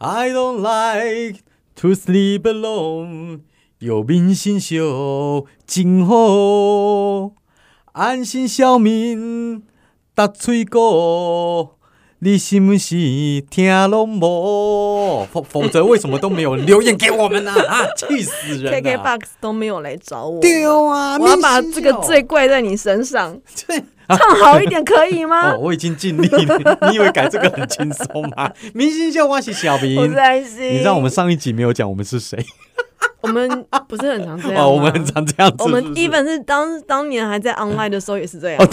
I don't like to sleep alone，有明星秀真好，安心小民搭喙鼓，你是不是听拢无？否否则为什么都没有人留言给我们呢、啊？啊，气死人了、啊！ KKBOX 都没有来找我，丢啊！我要把明这星个秀罪怪在你身上， 对。哦唱好一点可以吗哦，？我已经尽力了。你以为改这个很轻松吗？明星秀我是小 我明是，安心，你知道我们上一集没有讲我们是谁我们不是很常这样 吗哦，我们很常这样子。啊我们是不是 even 是当当年还在 online 的时候也是这样、哦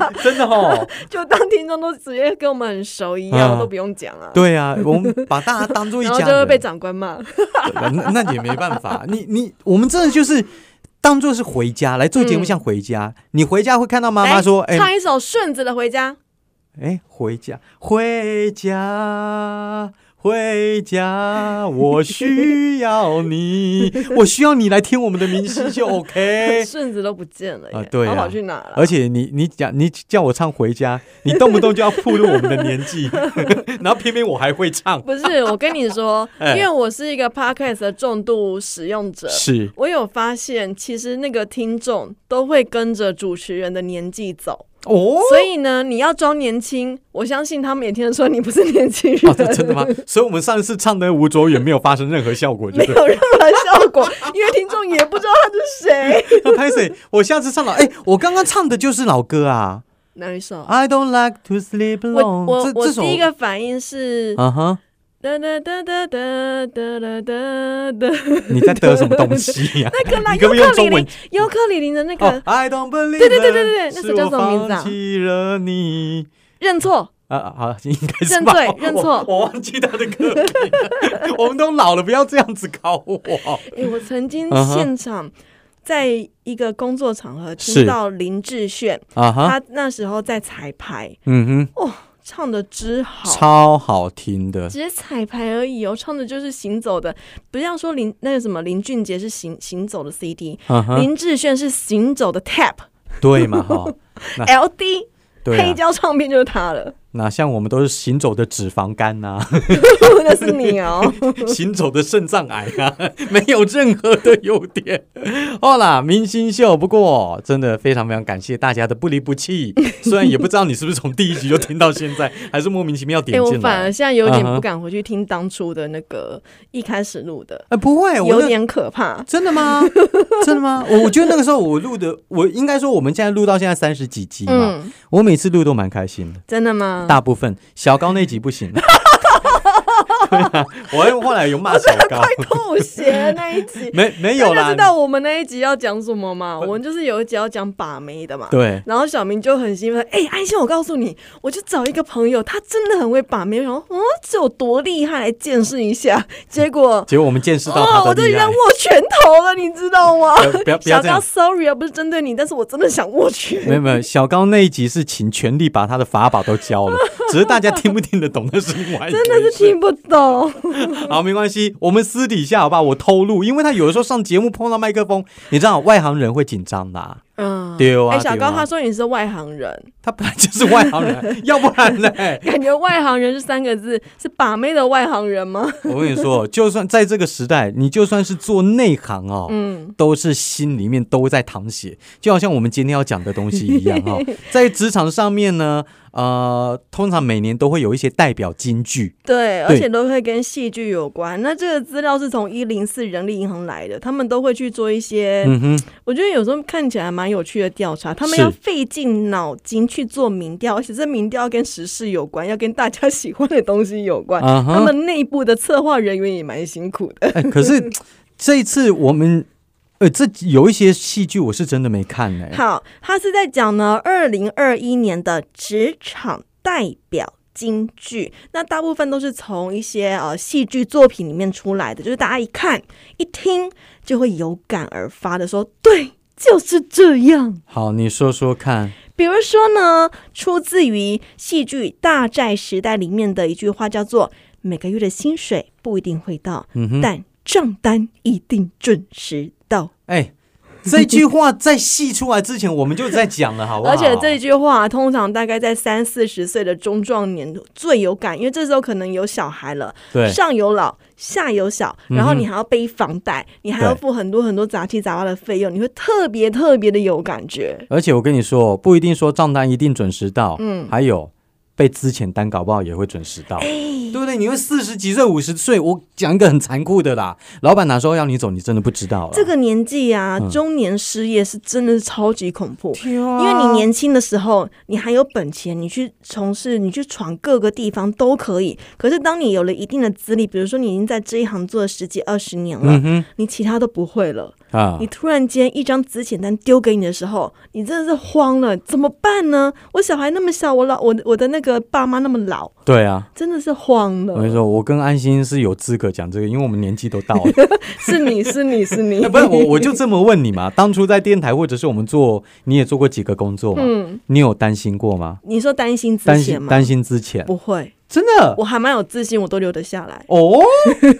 啊， 真的 哦，就当听众都直接跟我们很熟一样，啊都不用讲啊。对啊，我们把大家当做一然家人，后就会被长官骂，对那那也没办法。你你我们真的就是当做是回家来做节目，嗯像回家。你回家会看到妈妈来说：“哎唱一首顺子的《回家》，哎，回家，回家。”回家，我需要你， 我需要你来听我们的明星秀，OK？顺子都不见了耶，哎啊对啊他跑去哪了？而且你你讲你叫我唱《回家》，你动不动就要暴露我们的年纪， 然后偏偏我还会唱，不是，我跟你说，因 哎为我是一个 podcast 的重度使用者，是我有发现，其实那个听众都会跟着主持人的年纪走，哦。所以呢，你要装年轻，我相信他们也听得出你不是年轻人。哦，这真的吗？ 所以我们上一次唱的吴卓远没有发生任何效果，就 没对了。有任何效果，因为听众也不知道他是谁。那拍谁？我下次唱老哎，我刚刚唱的就是老歌啊哪一首？ ，I don't like to sleep 我 alone 我哦这。我这首第一个反应是啊哈，哒哒哒哒哒哒哒哒哒，你在得什么东西呀？ 那个啦，你可尤不可以用克中里文里？尤克里里的那哦个，I don't believe，对对对对对 it，那是首叫我什么名字啊放弃了你。认错，啊，好，应该是认吧罪我认错我忘记他的歌名了 我们都老了，不要这样子搞 我。哎、我曾经嗯哼现场在一个工作场合是听到林志炫，啊哈，他那时候在彩排，嗯唱的之哼，好。超好听的只是彩排而已哦，唱的就是行走的，不要说林那个什么林俊杰是行行走的 CD，、啊哈，林志炫是行走的 Tap 对嘛哈，啊 LD，、对黑啊，胶唱片就是他了， 哪像我们都是行走的脂肪肝呐、那是你哦。 行走的肾脏癌啊， 没有任何的优点。好啦，明星秀，不过真的非常非常感谢大家的不离不弃， 虽然也不知道你是不是从第一集就听到现在，还是莫名其妙 哎、点我进反来而。现在有点嗯哼不敢回去听当初的那个一开始录的，呃，不会，我有那点可怕。真的吗？ 真的吗？我我觉得那个时候我录的，我应该说我们现在录到现在三十几集嘛，嗯，我每次录都蛮开心的，真的吗？大部分小高那集不 行。对 啊，我后来有骂小 高，，吐血那一集 没没有大家啦知，道我们那一集要讲什么吗？我们就是有一集要讲把妹的嘛。。对，然后小明就很兴奋，哎、安心，我告诉你，我就找一个朋友，他真的很会把妹，然后哦，这有多厉害，来见识一下。结果，结果我们见识到哦，他我的都厉已经在害握。拳头了，你知道吗？不要不要不要小这高样， ，sorry 啊，不是针对你，但是我真的想握拳。没有没有，小高那一集是请全力把他的法宝都教 了，只是大家听不听得懂那是另外一回真事。的是听不懂，好，没关系，我们私底下好吧，我偷录，因为他有的时候上节目碰到麦克风，你知道外行人会紧张的、啊， 嗯，对啊哎、小对啊高，他说你是外行人，他本来就是外行 人，要不然呢？感觉外行人是三个字，是把妹的外行人吗？我跟你说，就算在这个时代，你就算是做内行哦。嗯，都是心里面都在淌血，就好像我们今天要讲的东西一样 哦。在职场上面呢，呃，通常每年都会有一些代表金 句，对，而且都会跟戏剧有关。那这个资料是从一零四人力银行来的，他们都会去做一些，嗯哼，我觉得有时候看起来蛮有趣的调查。他们是要费尽脑筋去做民调，而且这民调要跟时事有关，要跟大家喜欢的东西有关。啊他 哈，们内部的策划人员也蛮辛苦的。哎，可是这一次我们，呃，这有一些戏剧我是真的没看欸呢、 好，他是在讲呢，二零二一年的职场代表。金句，那大部分都是从一些呃戏剧作品里面出来的，就是大家一看一听就会有感而发的说，对，就是这样。好，你说说看，比如说呢，出自于戏剧《大债时代》里面的一句话，叫做“每个月的薪水不一定会到，嗯哼，但账单一定准时到”。哎，这句话在戏出来之前，我们就在讲了，好不好？ 而且这一句话通常大概在三四十岁的中壮年最有感，因为这时候可能有小孩了，对上有老下有小，然后嗯哼你还要背房贷，你还要对付很多很多杂七杂八的费用，你会特别特别的有感觉。而且我跟你说，不一定说账单一定准时到，嗯哎还有被之前单搞不好也会准时到，对不对？你会四十几岁、五十岁，我讲一个很残酷的啦，老板哪时候要你走，你真的不知道了。这个年纪啊，嗯中年失业是真的是超级恐怖。天啊，因为你年轻的时候，你还有本钱，你去从事，你去闯各个地方都可以。可是当你有了一定的资历，比如说你已经在这一行做了十几二十年了，嗯你其他都不会了。哼啊你，突然间一张资遣单丢给你的时候，你真的是慌了，怎么办呢？我小孩那么小，我老我的我的那个爸妈那么老，对啊。真的是慌我跟你了。说，我跟安心是有资格讲这个，因为我们年纪都到了。 是你是你是你， 哎不是我，我就这么问你嘛。当初在电台或者是我们做，你也做过几个工作嘛？嗯，你有担心过吗？你说担心资担遣心吗？担心之前，不会，真的。我还蛮有自信，我都留得下 来 哦，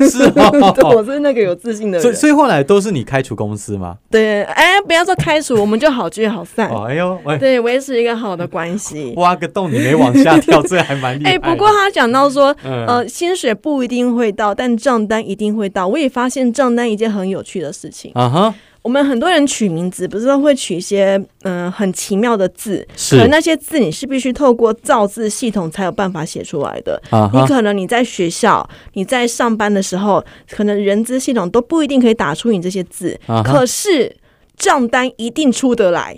是对，哦。我是那个有自信的所以人。所以后来都是你开除公司吗？对，哎，不要说开除，我们就好聚好散， 哦，哎呦，喂，对，维持一个好的关 系。挖个洞你没往下跳，这还蛮厉害哎，的。不过他讲到说，嗯，呃，薪水不一定会到，但账单一定会到。我也发现账单一件很有趣的事情。啊哈，我们很多人取名字，不是都会取一些嗯、呃很奇妙的字，可能是那些字你是必须透过造字系统才有办法写出来的。啊你哈，可能你在学校、你在上班的时候，可能人资系统都不一定可以打出你这些字，啊哈，可是账单一定出得来，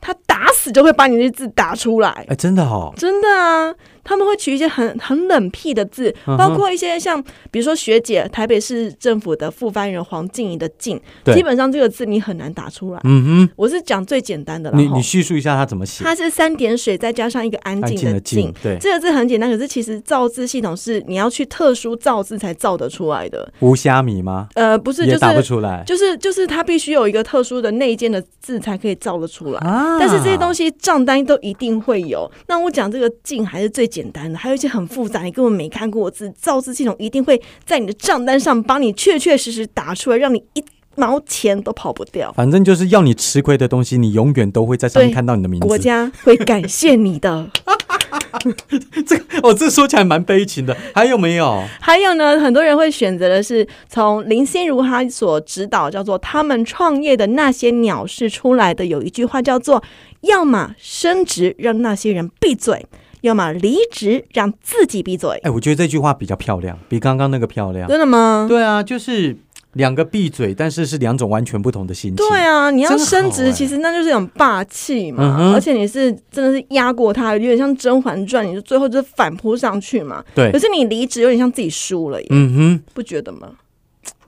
他打死就会把你这些字打出来。哎，真的哦，真的啊，他们会取一些很很冷僻的字，嗯哼包括一些像比如说学姐，台北市政府的副发言人黄静怡的静，对基本上这个字你很哦难打出来。嗯我是讲最简单的哼，了你吼你，叙述一下他怎么写，它是三点水再加上一个安安静静的的静静。，对，这个字很简单，可是其实造字系统是你要去特殊造字才造得出来的。无虾米吗？呃，不是，就也打不是出来就是就是它必须有一个特殊的内建的字才可以造得出来。啊但是这些东西西账单都一定会有。那我讲这个进还是最简单的，还有一些很复杂，你根本没看过的字，造字系统一定会在你的账单上帮你确确实实打出来，让你一毛钱都跑不掉。反正就是要你吃亏的东西，你永远都会在上面对看到你的名字。国家会感谢你的。哦，这说起来蛮悲情的。还有没有？还有呢，很多人会选择的是从林心如她所指导叫做《他们创业的那些鸟事》出来的，有一句话叫做：要么升职让那些人闭嘴，要么离职让自己闭嘴。哎，我觉得这句话比较漂亮，比刚刚那个漂亮。真的吗？对啊，就是两个闭嘴，但是是两种完全不同的心情。对啊，你要真好升欸职，其实那就是一种霸气嗯嘛，哼而且你是真的是压过他，有点像《甄嬛传》，你就最后就是反扑上去嘛。对可是你离职有点像自己输了耶，嗯不觉得吗？哼，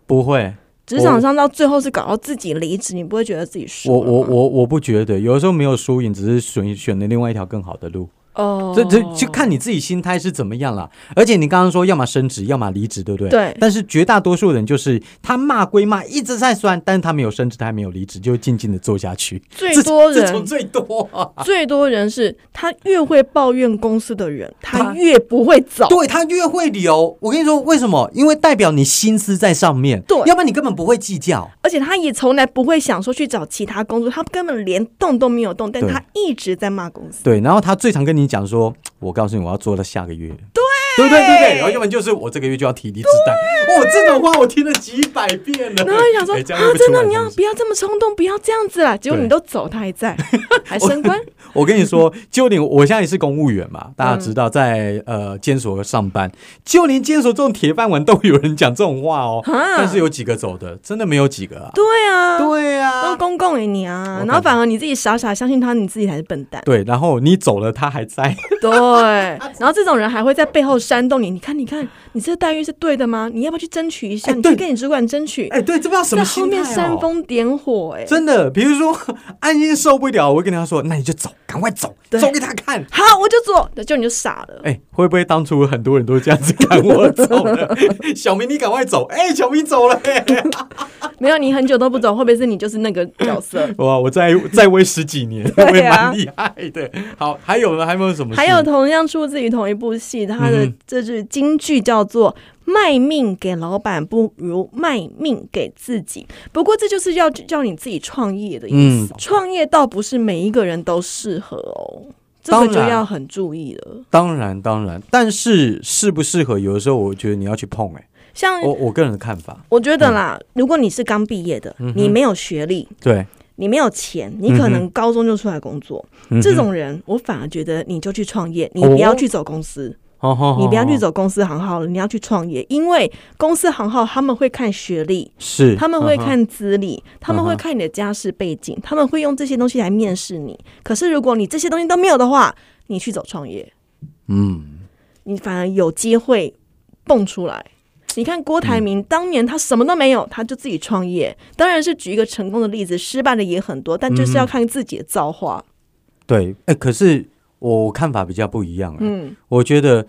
不会，职场上到最后是搞到自己离职，你不会觉得自己输我了吗我我我不觉得，有的时候没有输赢，只是选选了另外一条更好的路。哦，这这就看你自己心态是怎么样啦。而且你刚刚说，要么升职，要么离职，对不对？。对但是绝大多数人就是他骂归骂，一直在酸，但是他没有升职，他还没有离职，就静静的做下去。最多这这种人。最多、啊，最多人是他越会抱怨公司的人，他他越不会走。对他越会留。我跟你说，为什么？因为代表你心思在上面，对要不然你根本不会计较。而且他也从来不会想说去找其他工作，他根本连动都没有动，但对他一直在骂公司。对，然后他最常跟你讲说：“我告诉你，我要做到下个月。”对，对不对对不对，然后要不然就是我这个月就要提离职单。哦，这种话我听了几百遍了。然后就想说、哎这样会啊不，会真出来的你是要不是不要这么冲动，不要这样子啦。结果对你都走，他 还在，还升官。我跟你说，就连 我现在也是公务员嘛，大家知道在呃监所上班，就连监所这种铁饭碗都有人讲这种话哦。啊但是有几个走的，真的没有几个啊。对 啊，对都啊，公共给你啊我，然感后反而你自己傻傻相信他，你自己才是笨蛋。对，然后你走了，他还在。 对，然后这种人还会在背后煽动你，你看，你看，你这待遇是对的吗？你要不要去争取一下？哎你对去跟你主管争取， 哎，对，这不知道什在么后心态面哦。煽风点火、哎，真的，比如说安心受不了，我会跟他说：“那你就走，赶快走，对走给他看。好，我就做，就你就傻了。”哎，会不会当初很多人都这样子赶我走 了？小明，你赶快走！哎，小明走了、哎没有，你很久都不走，会不会是你就是那个角色？哇，我再再威十几年，对啊我也蛮厉害的。好，还有呢？还有没有什么事？还有同样出自于同一部戏，它的嗯这句京剧叫做“卖卖命给老板，不如卖命给自己。不过这就是要叫你自己创业的意嗯思，创业倒不是每一个人都适合哦，这个当就然要很注意了。当然当然，但是适不适合，有的时候我觉得你要去碰、欸。像哎，我我个人的看法，我觉得啦，如果你是刚毕业的，嗯你没有学历，对，你没有钱，你可能高中就出来工作，嗯哼这种人，我反而觉得你就去创业，你哦不要去走公司，哦哦你不要去，哦走公司行号了，你要去创业，因为公司行号他们会看学历，是他们会嗯哼看资历，他嗯们会哼看你的家世背景，他们会用这些东西来面试你。可是如果你这些东西都没有的话，你去走创业，嗯，你反而有机会蹦出来。你看郭台嗯铭当年他什么都没有，他就自己创业，当然是举一个成功的例子，失败的也很多，但嗯就是要看自己的造化。对，哎、可是我看法比较不一样、欸，嗯，我觉得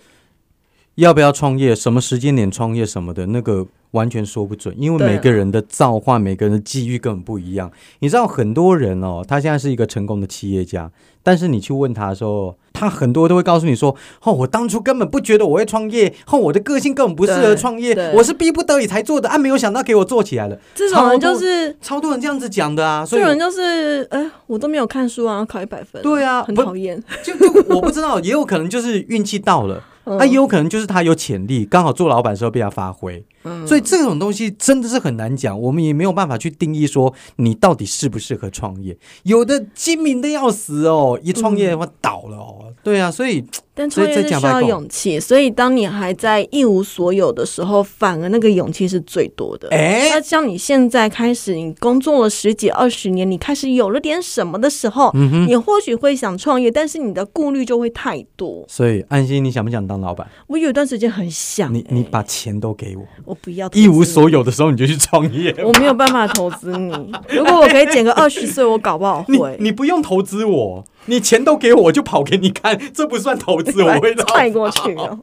要不要创业，什么时间点创业什么的，那个完全说不准，因为对啊每个人的造化、每个人的际遇根本不一样。你知道很多人哦，他现在是一个成功的企业家，但是你去问他的时候，他很多都会告诉你说：“哦，我当初根本不觉得我会创业，哦，我的个性根本不适合对创业对，我是逼不得已才做的，啊，没有想到给我做起来了。这种人超多就是。”超多人这样子讲的啊，所以这我种人就是，哎、我都没有看书啊，考一百分，对啊很不讨 厌。就就我不知道，也有可能就是运气到了。嗯啊，也有可能就是他有潜力，刚好做老板的时候被他发挥，嗯所以这种东西真的是很难讲，我们也没有办法去定义说你到底适不适合创业。有的精明的要死哦，一创嗯业的话倒了哦。对啊，所以但所创以业在是讲需白要话勇气，所以当你还在一无所有的时候，反而那个勇气是最多的。哎、那像你现在开始，你工作了十几二十年，你开始有了点什么的时候，你或许会想创业，但是你的顾虑就会太多。所以安心，你想不想当老板？我有一段时间很想、你你哎把钱都给我，我不要投一无资所有的时候你就去创业你，。我没有办法投资你。如果我可以减个二十岁，我搞不好你 会。你不用投资我，你钱都给我，我就跑给你看，这不算投资，我会踹过去哦。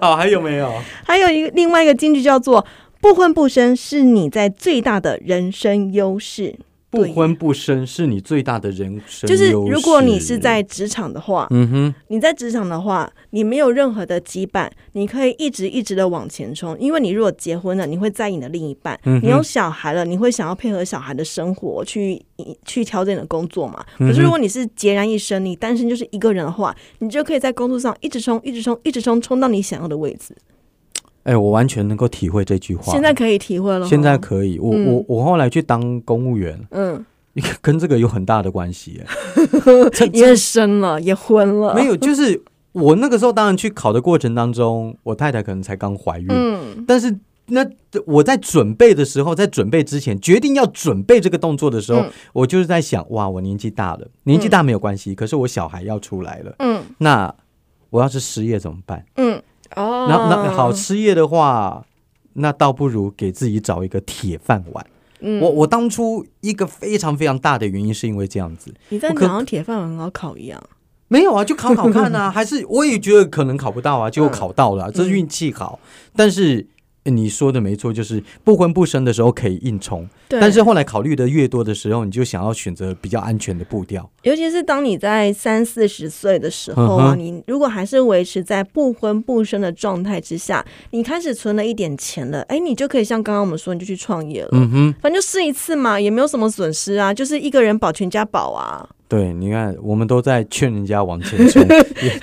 好，还有没有？还有一个另外一个金句叫做“不婚不生是你在最大的人生优势不对婚不生是你最大的人”，生就是优如果你势是在职场的话，嗯哼，你在职场的话，你没有任何的羁绊，你可以一直一直的往前冲。因为你如果结婚了，你会在意你的另一半；嗯哼你有小孩了，你会想要配合小孩的生活去去调整你的工作嘛。嗯可是如果你是孑然一身，你单身就是一个人的话，你就可以在工作上一直冲、一直冲、一直冲，冲到你想要的位置。哎、我完全能够体会这句话。现在可以体会了，现在。可以，我、嗯我我后来去当公务员， 嗯，跟这个有很大的关系 耶。也生了，也婚了，没有，就是我那个时候当然去考的过程当中，我太太可能才刚怀孕，嗯，但是那我在准备的时候，在准备之前决定要准备这个动作的时候，嗯我就是在想，哇，我年纪大了，年纪大没有关系，可是我小孩要出来了，嗯那我要是失业怎么办？嗯，哦，那那好，失业的话，那倒不如给自己找一个铁饭碗。嗯我我当初一个非常非常大的原因是因为这样子，你在我可讲铁饭碗很好考一样，没有啊，就考考看 啊，还是我也觉得可能考不到嗯啊，结果考到了啊、这是运气好。但是呃你说的没错，就是不婚不生的时候可以硬冲，对但是后来考虑的越多的时候，你就想要选择比较安全的步调。尤其是当你在三四十岁的时候嗯啊，哼你如果还是维持在不婚不生的状态之下，你开始存了一点钱了，哎，你就可以像刚刚我们说，你就去创业了。嗯哼，反正就试一次嘛，也没有什么损失啊，就是一个人保全家 保啊。对，你看，我们都在劝人家往前 冲，也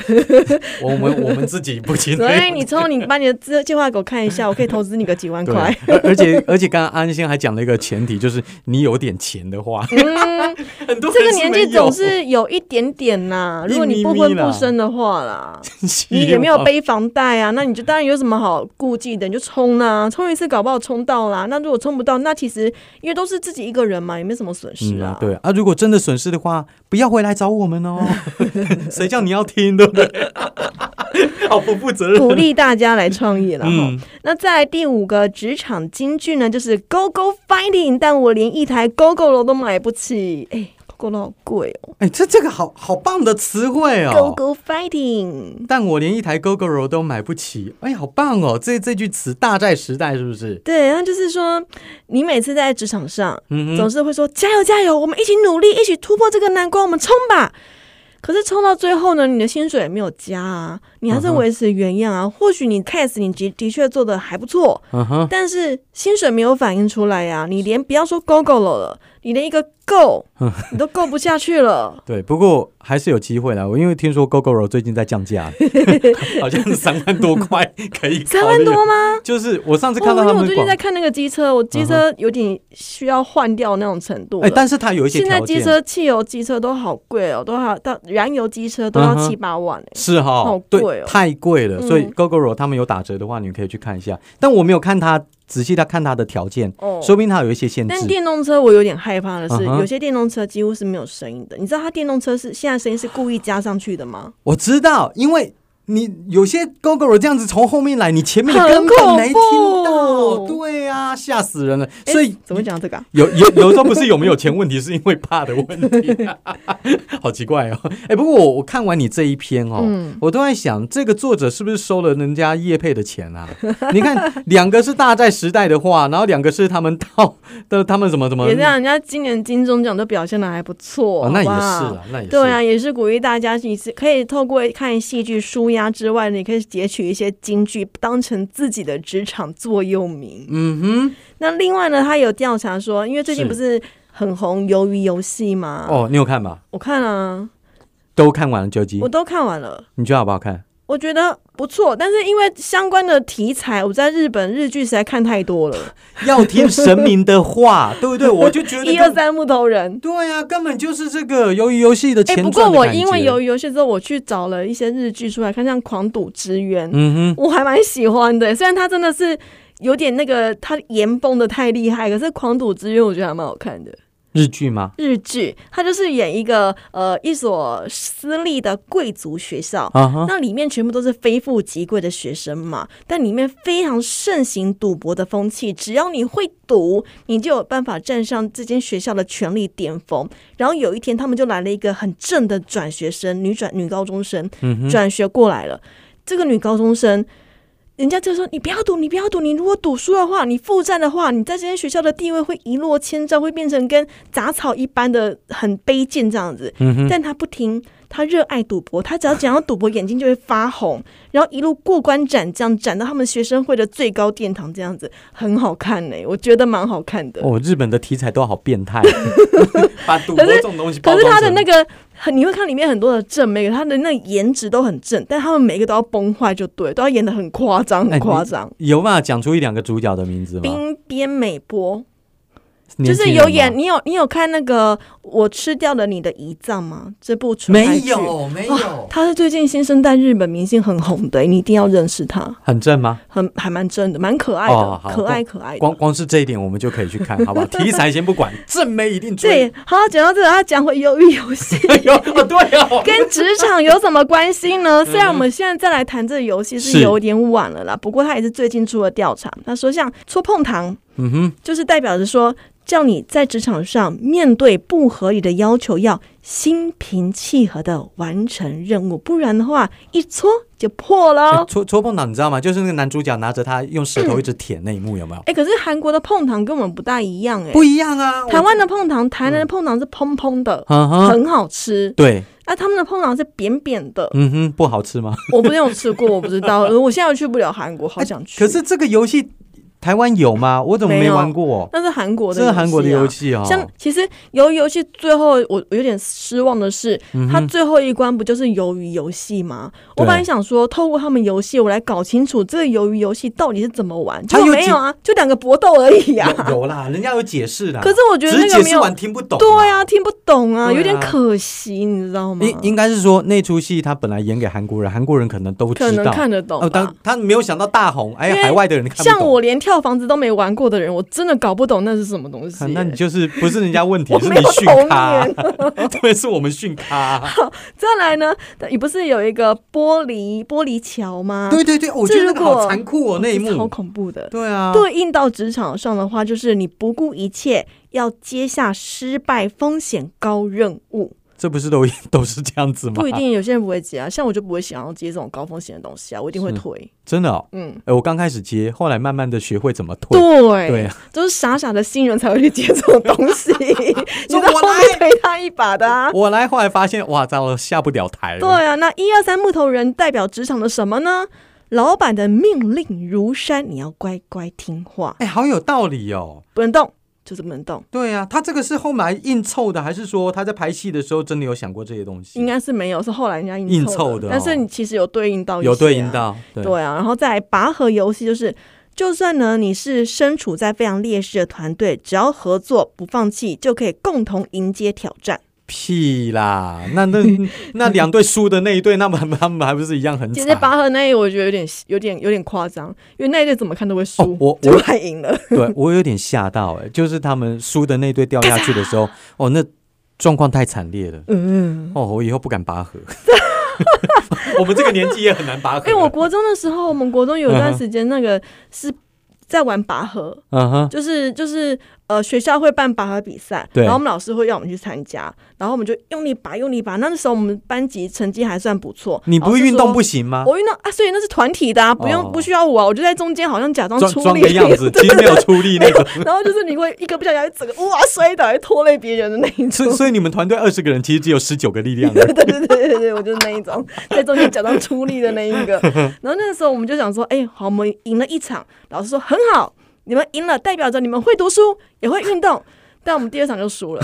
我们我们自己不清楚所。以你抽，你把你的资计划给我看一下， 我可以投资你个几万对块啊。，而而且而且，刚刚安心还讲了一个前提，就是你有点钱的话，嗯， 很多这人个是年没纪总有是有一点点呐、一如果你咪不咪婚啦不生的话啦，希你也没有望背房贷啊，那你就当然有什么好顾忌的，你就冲啦、冲一次搞不好冲到啦。那如果冲不到，那其实因为都是自己一个人嘛，也没什么损失嗯啊啊。，对啊，如果真的损失的话，不要回来找我们哦。 谁叫你要听，对不 对？好不负责任。 鼓励大家来创业啦。哈嗯，那再来第五个职场金句呢，就是 “Go Go Fighting”，但我连一台 Go Go 楼都买不起，哎、g o Go 楼好贵哦、哎，这这个好好棒的词汇 Go 哦。 Go Fighting。但我连一台 GoGoRo 都买不起，哎，好棒哦！这这句词大在时代是不是？对，然后就是说，你每次在职场上，嗯总是会说加油加油，我们一起努力，一起突破这个难关，我们冲吧。可是冲到最后呢，你的薪水也没有加啊，你还是嗯维持原样啊。或许你 case 你的的确做的还不错，嗯哼，但是薪水没有反映出来呀、啊你连不要说 go go 了了，你连一个 go 嗯你都 go 不下 去了。对，不过还是有机会啦。我因为听说 GoGoRo 最近在降价， 好像是三万多块可以，三万多。吗？就是我上次哦，看到因为他我们最近广嗯在，看那个机车，我机车有点需要换掉那种程度了。哎，但是它有一些现在条机件，车、汽油机车都好贵哦，都好到燃油机车都嗯要哼七八万哎、是哈好，贵对，哦太贵了。所以嗯 GoGoRo 他们有打折的话，你可以去看一下。但我没有看它仔细的看它的条件，哦，说不定它有一些限但制。电动车我有点害怕的是嗯哼有些电动车几乎是没有声音的。你知道它电动车是现在声音是故意加上去的吗？我知道，因为你有些 GoGoRo 这样子从后面来，你前面的很根本没恐听到。怖哦对啊，吓死人了。哎所以怎么讲到这个、啊？有有有时候不是有没有钱问题，是因为怕的问题， 好奇怪哦。哎、不过我我看完你这一篇哦，嗯我都在想，这个作者是不是收了人家叶配的钱啊？你看，两个是大债时代的话，然后两个是他们到的他们什么什么，别这啊样，人家今年金钟奖都表现的还不错、哦，那也是好不好啊，那也是。对啊，也是鼓励大家，你是可以透过看戏剧舒压之外，你可以截取一些金句，当成自己的职场座右铭。嗯那另外呢，他有调查说，因为最近是不是很红《鱿鱼游戏》吗？哼，，哦，你有看吧？我看啊，都看完了，究竟我都看完了。你觉得好不好看？我觉得不错，但是因为相关的题材，我在日本日剧实在看太多了，要听神明的话，对不对？我就觉得一二三木头人。对啊，根本就是这个鱿鱼游戏的前哎、传不的过我感因为觉鱿鱼游戏之后，我去找了一些日剧出来看，像《狂赌之渊》嗯哼。我还蛮喜欢的。虽然它真的是有点那个，它岩崩的太厉害，可是《狂赌之渊》我觉得还蛮好看的。日剧吗？日剧，它就是演一个呃一所私立的贵族学校，啊哈，那里面全部都是非富即贵的学生嘛，但里面非常盛行赌博的风气。只要你会赌，你就有办法站上这间学校的权力巅峰。然后有一天，他们就来了一个很正的转学生，女转女高中生嗯哼，转学过来了。这个女高中生，人家就说：“你不要赌，你不要赌，你如果赌输的话，你负债的话，你在这间学校的地位会一落千丈，会变成跟杂草一般的很卑贱这样子。”嗯哼，但他不听，他热爱赌博，他只要讲到赌博，眼睛就会发红，然后一路过关斩将，斩到他们学生会的最高殿堂，这样子很好看呢、我觉得蛮好看的。哦，日本的题材都好变态， 把赌博可是这种东西包可装是他的成那个很，你会看里面很多的正妹，他的那个颜值都很正，但他们每一个都要崩坏，就对，都要演的很夸张，哎很夸张。有办法讲出一两个主角的名字吗？冰边美波就年轻是人有吗演，你有你有看那个《我吃掉了你的胰脏》吗？这部纯爱没剧，有没有他是最近新生代日本明星很红的、你一定要认识他。很正吗？很还蛮真的，蛮可爱的，哦好可爱可爱的。光光是这一点我们就可以去看， 好不好？题材先不管，正妹一定追。对，好，讲到这个，要讲回鱿鱼游 戏哎呦，哦对哦， 跟职场有什么关系呢？虽然我们现在再来谈这个游戏嗯是是有点晚了啦，不过它也是最近出了调查，他说像戳碰糖，嗯哼，就是代表着说。叫你在职场上面对不合理的要求，要心平气和的完成任务，不然的话一戳就破了哎哦。戳戳碰到你知道吗？就是那个男主角拿着他用舌头一直舔那一幕，有没有？哎、可是韩国的碰糖跟我们不大一样哎、不一样啊，台湾的碰糖，台南的碰糖是蓬蓬的，嗯哼，很好吃。对，啊，他们的碰糖是扁扁的，嗯哼，不好吃吗？我没有吃过，我不知道。呃我现在又去不了韩国，好想去。哎可是这个游戏台湾有吗？我怎么没没有玩过？那是韩国的、啊这是韩国的游。戏哦，像其实鱿鱼游戏最后我我有点失望的是，嗯它最后一关不就是鱿鱼游戏吗？我对本来想说透过他们游戏我来搞清楚这个鱿鱼游戏到底是怎么玩，结它有果没有啊，就两个搏斗而已啊。有有啦，人家有解释啦。可是我觉得只是那个解没释有，完听不懂。对啊，听不懂啊，对啊有点可惜，你知道吗？应应该是说那出戏他本来演给韩国人，韩国人可能都知道。可能看得懂吧。哦，当他没有想到大红，哎因为海外的人看不懂。像我连跳房子都没玩过的人，我真的搞不懂那是什么东西欸啊，。那你就是不是人家问题我，是没你有训童咖年，。 对，是我们训 咖。再来呢，也不是有一个玻璃玻璃桥吗？对对对，我觉得那个这如果好残酷哦，那一超幕。恐怖的。对啊，对应到职场上的话，就是你不顾一切要接下失败风险高任务，这不是都 都是这样子吗？不一，定，有些人不会接啊，像我就不会想要接这种高风险的东西啊，我一定会是推。真的哦。嗯，哎，我刚开始接，后来慢慢的学会怎么退。对，对啊，就是傻傻的新人才会去接这种东西， 你在后面推他一把的啊。我来后来发现，哇，糟了，下不了台了。对啊，那一二三木头人代表职场的什么呢？老板的命令如山，你要乖乖听话，哎，好有道理哦。不能动，就是不能动。对啊，他这个是后来硬凑的，还是说他在拍戏的时候真的有想过这些东西？应该是没有，是后来人家硬硬凑凑的哦但是你其实有对应到、有对应。到，对对啊，然后再来拔河游戏就是，就算呢你是身处在非常劣势的团队，只要合作不放弃，就可以共同迎接挑战。屁啦！那那 那两队输的那一队，那么他们还不是一样很其实惨？拔河那一我觉得有点有点有点夸张，因为那一队怎么看都会 输，哦我我结果还赢了。对我有点吓到哎、就是他们输的那队掉下去的时候，哦，那状况太惨烈了。嗯，哦，我以后不敢拔 河。我们这个年纪也很难拔河。啊因为我国中的时候，我们国中有一段时间那个是在玩拔河，嗯哼， 就是就是呃，学校会办拔河比赛，对然后我们老师会让我们去参加，然后我们就用力拔，用力拔。那时候我们班级成绩还算不错，你不老师运动说不行吗？我运动啊，所以那是团体的啊，不用、哦不需要我啊，我就在中间好像假装装出装力个样 子，其实没有出力那种。然后就是你会一个不小心整个哇摔倒，还拖累别人的那一所以种。所以你们团队二十个人，其实只有十九个力量而已。 对对对对对，我就是那一种 在中间假装出力的那一 个。然后那个时候我们就想说，哎、好，我们赢了一场，老师说很好，你们赢了，代表着你们会读书，也会运动。 但我们第二场就 输了，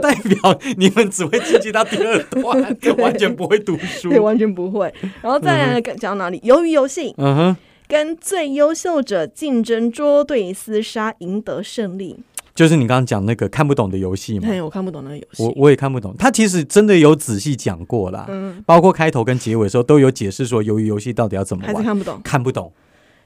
代表你们只会晋级到第二段，完全不会读书对，。完全不会。然后再来讲到哪里？鱿鱼游戏嗯哼。跟最优秀者竞争，捉对厮杀，赢得胜利。就是你刚刚讲那个看不懂的游戏嘛，嘿，我看不懂那个游戏。嗯我我也看不懂。他其实真的有仔细讲过啦，嗯，包括开头跟结尾的时候都有解释说，由于游戏到底要怎么还是玩，看不懂。看不懂。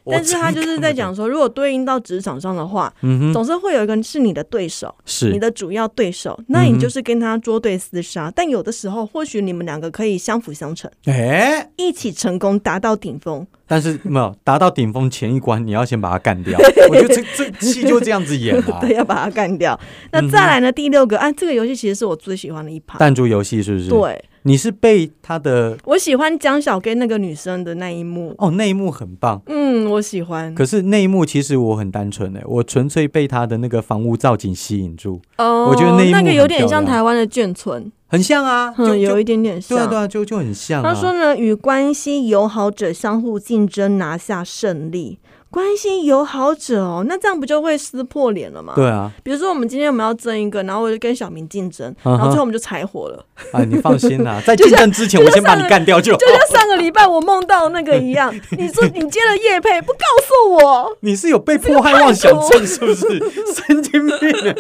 但是他就是在讲说，如果对应到职场上的话，嗯哼，总是会有一个是你的对手，你 是的主要对手，那你嗯哼就是跟他捉对厮杀。但有的时候，或许你们两个可以相辅相成，哎、一起成功达到顶峰。但是没有达到顶峰前一关，你要先把它干 掉。我觉得这这戏就这样子演啦、对，要把他干掉。嗯那再来呢？第六个，啊，这个游戏其实是我最喜欢的一盘。弹珠游戏是不是？，对，你是被他的我喜欢江小跟那个女生的那一幕。哦那一幕很棒。嗯，我喜欢。可是那一幕其实我很单纯哎、我纯粹被他的那个房屋造景吸引住，哦我觉得那一幕那个有很点漂像亮台湾的眷村，很像啊，就嗯，有就一点点像。对啊对啊，就就很像、啊。他说呢，与关系友好者相互竞争，拿下胜利。关系友好者哦，那这样不就会撕破脸了吗？。对啊，比如说，我们今天我们要争一个，然后我就跟小明竞争，嗯哼然后最后我们就柴火了， 啊，你放心啦，在竞争之前，我先把你干掉就好就。像上个礼拜我梦到那个一 样。你说你接了叶配，不告诉我，你是有被迫害妄想症是不是？ 神经病！欸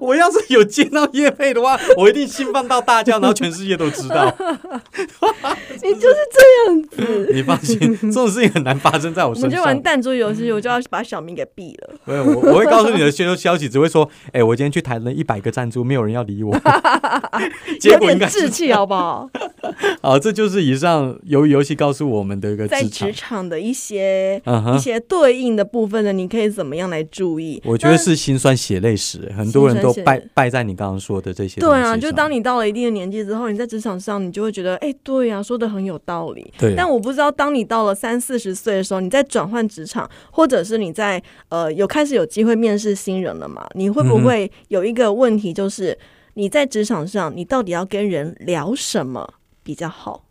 我要是有接到叶配的话，我一定兴奋到大叫，然后全世界都知道。 你就是这样子，你放心，这种事情很难发生在我我身们就玩上。弹珠游戏，我就要把小明给毙了。没有，我我会告诉你的消消息，只会说，哎、我今天去谈了一百个赞助，没有人要理 我。结有果应点该志是 气好哦不好？好，这就是以上由于游戏告诉我们的一个在职场职。场的一些嗯一哼，些对应的部分呢，你可以怎么样来注意？我觉得是心酸血泪史，很多人都心酸血败泪败在你刚刚说的这些东西对啊，上就当你到了一定的年纪之后，你在职场上，你就会觉得，哎、对啊，说的很有道理。对，但我不知道，当你到了三四十岁的时候，你在转换职场，或者是你在呃有开始有机会面试新人了嘛？你会不嗯会有一个问题，就是、你在职场上，你到底要跟人聊什么比较好，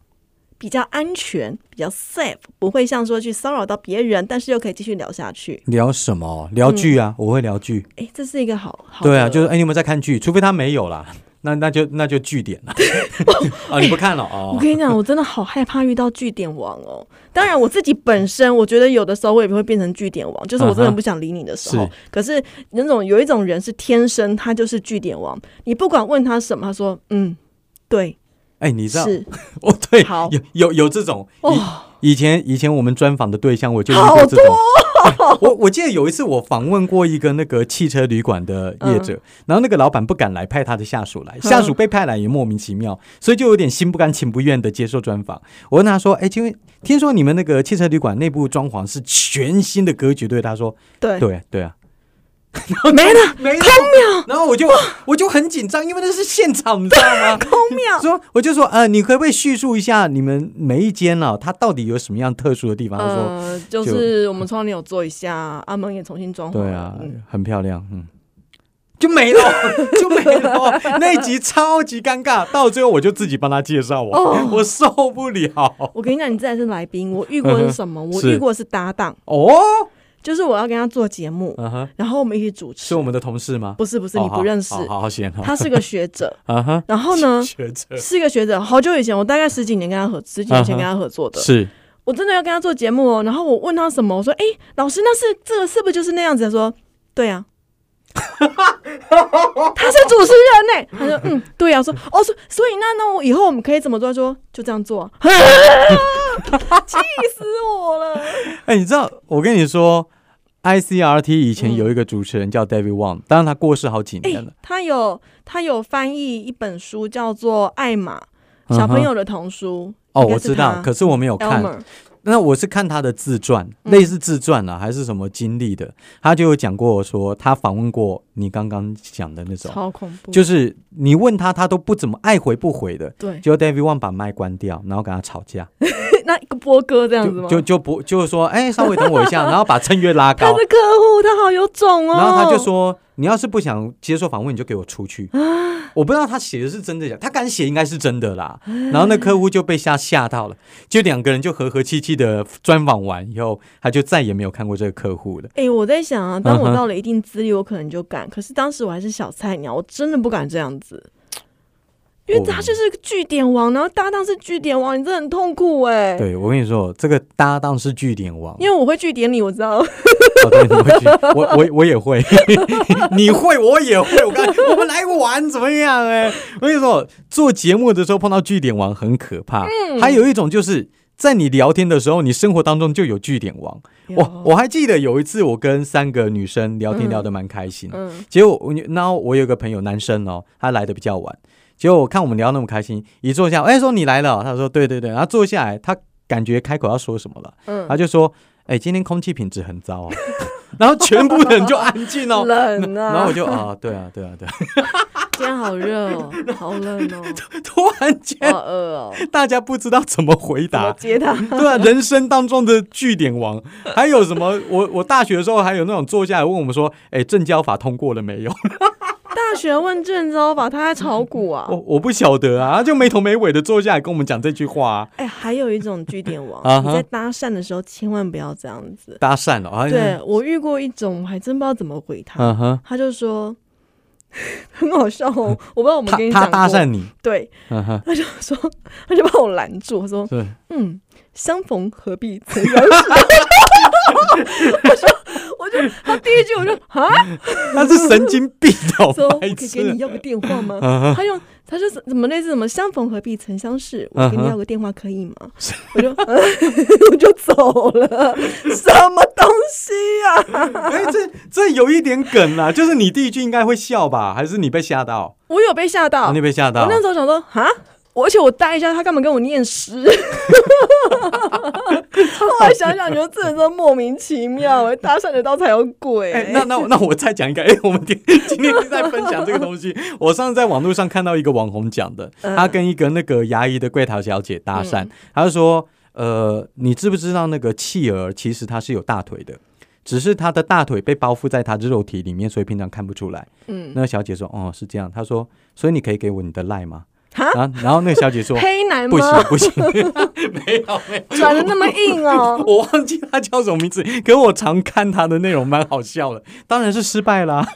比较安全，比较 safe，不会像说去骚扰到别人，但是又可以继续聊下去？聊什么？聊剧啊，我会聊剧。哎、这是一个好好对啊，的就是哎、你有没有在看剧？除非他没有啦，那那就那就据点 了。 哦，你不看了哦。我跟你讲，我真的好害怕遇到据点王哦。当然，我自己本身我觉得有的时候我也会变成据点王，就是我真的不想理你的时嗯候。哼可是那种有一种人是天生他就是据点王，你不管问他什么，他说嗯，对，哎、你知道是 哦？对，好有有有这种。哦，以以前以前我们专访的对象，我就遇过这种。 哎我我记得有一次我访问过一个那个汽车旅馆的业者，然后那个老板不敢来，派他的下属来，下属被派来也莫名其妙，所以就有点心不甘情不愿的接受专访。我问他说：“哎，请问听说你们那个汽车旅馆内部装潢是全新的格局？”对，他说：“对，对对啊，没了，没了空秒，然后我就我就很紧张，因为那是现场，你知道吗？空 秒。说我就说，呃，你可不可以叙述一下你们每一间啊，它到底有什么样特殊的地方？他说，呃，就是我们窗帘有做一下，阿门也重新装潢。对啊嗯，很漂亮，嗯。就没了，就没了。那一集超级尴尬，到最后我就自己帮他介绍我，哦我受不了。我跟你讲，你这才是来宾。我遇过的是什么？我嗯是遇过的是搭档，哦，就是我要跟他做节目，嗯哼，然后我们一起主持是我。们的同事吗？不是不是，哦你不认识好，好好好险哈。他是个学者。啊哈，然后呢，学者是个学者，好久以前，我大概十几年跟他合，十几年前跟他合作的。啊是我真的要跟他做节目哦。然后我问他什么，我说：“哎、老师，那是这个是不是就是那样子？”他说：“对 啊。”他是主持人呢、他说：“嗯，对啊。”说：“哦，所所以那那我以后我们可以怎么做？”他说：“就这样做 啊。”气死 我了！哎、你知道我跟你说，ICRT 以前有一个主持人叫 David Wang，、当然他过世好几哎、年了。他有他有翻译一本书，叫做《艾玛小朋友的童书》哦，应该我是知道他，可是嗯我没有看。 Elmer 那我是看他的自传，嗯类似自传啊，还是什么经历的，他就有讲过说，他访问过你刚刚讲的那种，超恐怖，就是你问他，他都不怎么爱回不回的。对，结果 David Wang 把麦关掉，然后跟他吵架，那一个波哥这样子就吗？就就不就是说，哎、稍微等我一 下，然后把趁月拉他高，的客户，他好有种哦。然后他就说：“你要是不想接受访问，你就给我出去。”我不知道他写的是真的假，他敢写应该是真的啦。然后那客户就被吓吓到了，就两个人就和和气气的专访完以后，他就再也没有看过这个客户了。哎、我在想啊，当嗯我哼到了一定资历，我可能就敢。可是当时我还是小菜鸟，我真的不敢这样子，因为他就是个据点王，然后搭档是据点王，你真的很痛苦哎、对，我跟你说，这个搭档是据点王，因为我会据点你，我知道。哦对你会去我我我也会， 你会我也会，我看我们来玩怎么样、哎，我跟你说，做节目的时候碰到据点王很可怕，还有一种就是在你聊天的时候，你生活当中就有据点王。我我还记得有一次，我跟三个女生聊天，嗯聊得蛮开心的。嗯，结果我，然后我有个朋友，男生哦，他来的比较晚。结果我看我们聊那么开心，一坐下，哎，说你来了哦，他说对对对，然后坐下来，他感觉开口要说什么了，嗯他就说，哎，今天空气品质很糟哦， 然后全部人就安静 哦，冷啊，然后我就啊，对啊，对啊， 对啊，今天好热 哦，好冷哦，突然间好饿哦，大家不知道怎么回怎答，么接 他？对啊，人生当中的据点王，还有什么？我我大学的时候还有那种坐下来问我们说，哎，证交法通过了没有？ 大学问卷之后吧，他在炒股啊我。我不晓得啊，他就没头没尾的坐下来跟我们讲这句话、啊，哎、还有一种据点王， 啊哈你在搭讪的时候千万不要这样子。搭讪了啊，对我遇过一种，我还真不知道怎么回他。嗯哼，他就说 很好笑哦，我不知道我们他跟你嗯他讲搭过，讪你，对，嗯 哼，他就说他就把我拦住，他说对，嗯，相逢何必曾相识。 我就我就他第一句我就啊， 他是神经病 哦，说我可白以给痴你，要个电话吗？嗯哼，他用他就是怎么类似什么相逢何必曾相识，我给嗯你哼要个电话可 以吗？我就、 嗯我就走了， 什么东西呀、哎， 这这有一点梗啦，就是你第一句应该会笑吧，还是你被吓到？我有被吓到，啊你被吓我到那？时候想说，哈，我而且我待一下，他干嘛跟我念诗？ 后来想想，觉得这人真的莫名其妙、哎，搭讪得到才有鬼、哎，那那那我再讲一个，哎、我们今今天在分享这个东西。我上次在网络上看到一个网红讲的，嗯他跟一个那个牙医的柜台小姐搭讪，他就说：“呃，你知不知道那个企鹅其实它是有大腿的，只是它的大腿被包覆在它的肉体里面，所以平常看不出来。”嗯，那个小姐说：“哦，是这样。”他说：“所以你可以给我你的赖吗？”哈然后然后那个小姐 说黑男：“不行吗？不行， 没有没有。”转的那么 硬哦、我忘记他叫什么名字，可我常看他的内容，蛮好笑的。当然是失败啦、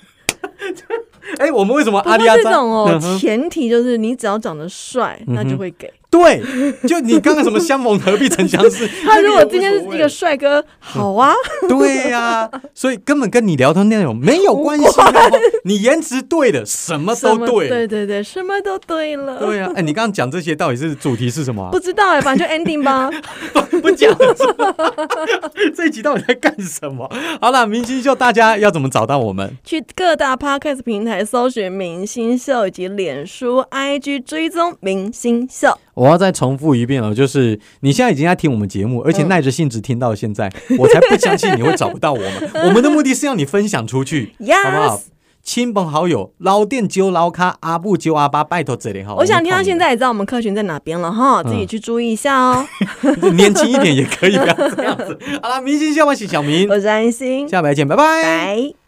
哎、我们为什么不阿过里亚这扎？种哦、嗯哼前提就是你只要长得帅，嗯那哼就会给。对，就你刚刚什么相逢何必曾相 识？他如果那个今也天无所是谓一个帅哥，好啊，嗯 对呀、所以根本跟你聊的内容没有关系、啊。 你颜值对的，什么什都么对。对对对，什么都对了。对呀、哎、你刚刚讲这些到底是主题是什么啊、不知道哎、反正就 ending 吧。不不讲了， 这一集到底在干什么？好了，明星秀大家要怎么找到我们？去各大 podcast 平台搜寻“明星秀”以及脸书、IG 追踪“明星秀我要再重复一遍哦，就是你现在已经在听我们节目，而且嗯耐着性子听到现在，我才不相信你会找不到我 们。我们的目的是要你分享出去，好不好 Yes，？亲朋好友，老店揪老咖，阿布揪阿巴，拜托这里哈。我想听到们现在也知道我们客群在哪边了哈，嗯自己去注意一 下哦。靠你， 年 轻一点也可以啊，这样子。好啦，明星下半期小明， 我是安心，下礼拜见，拜拜拜。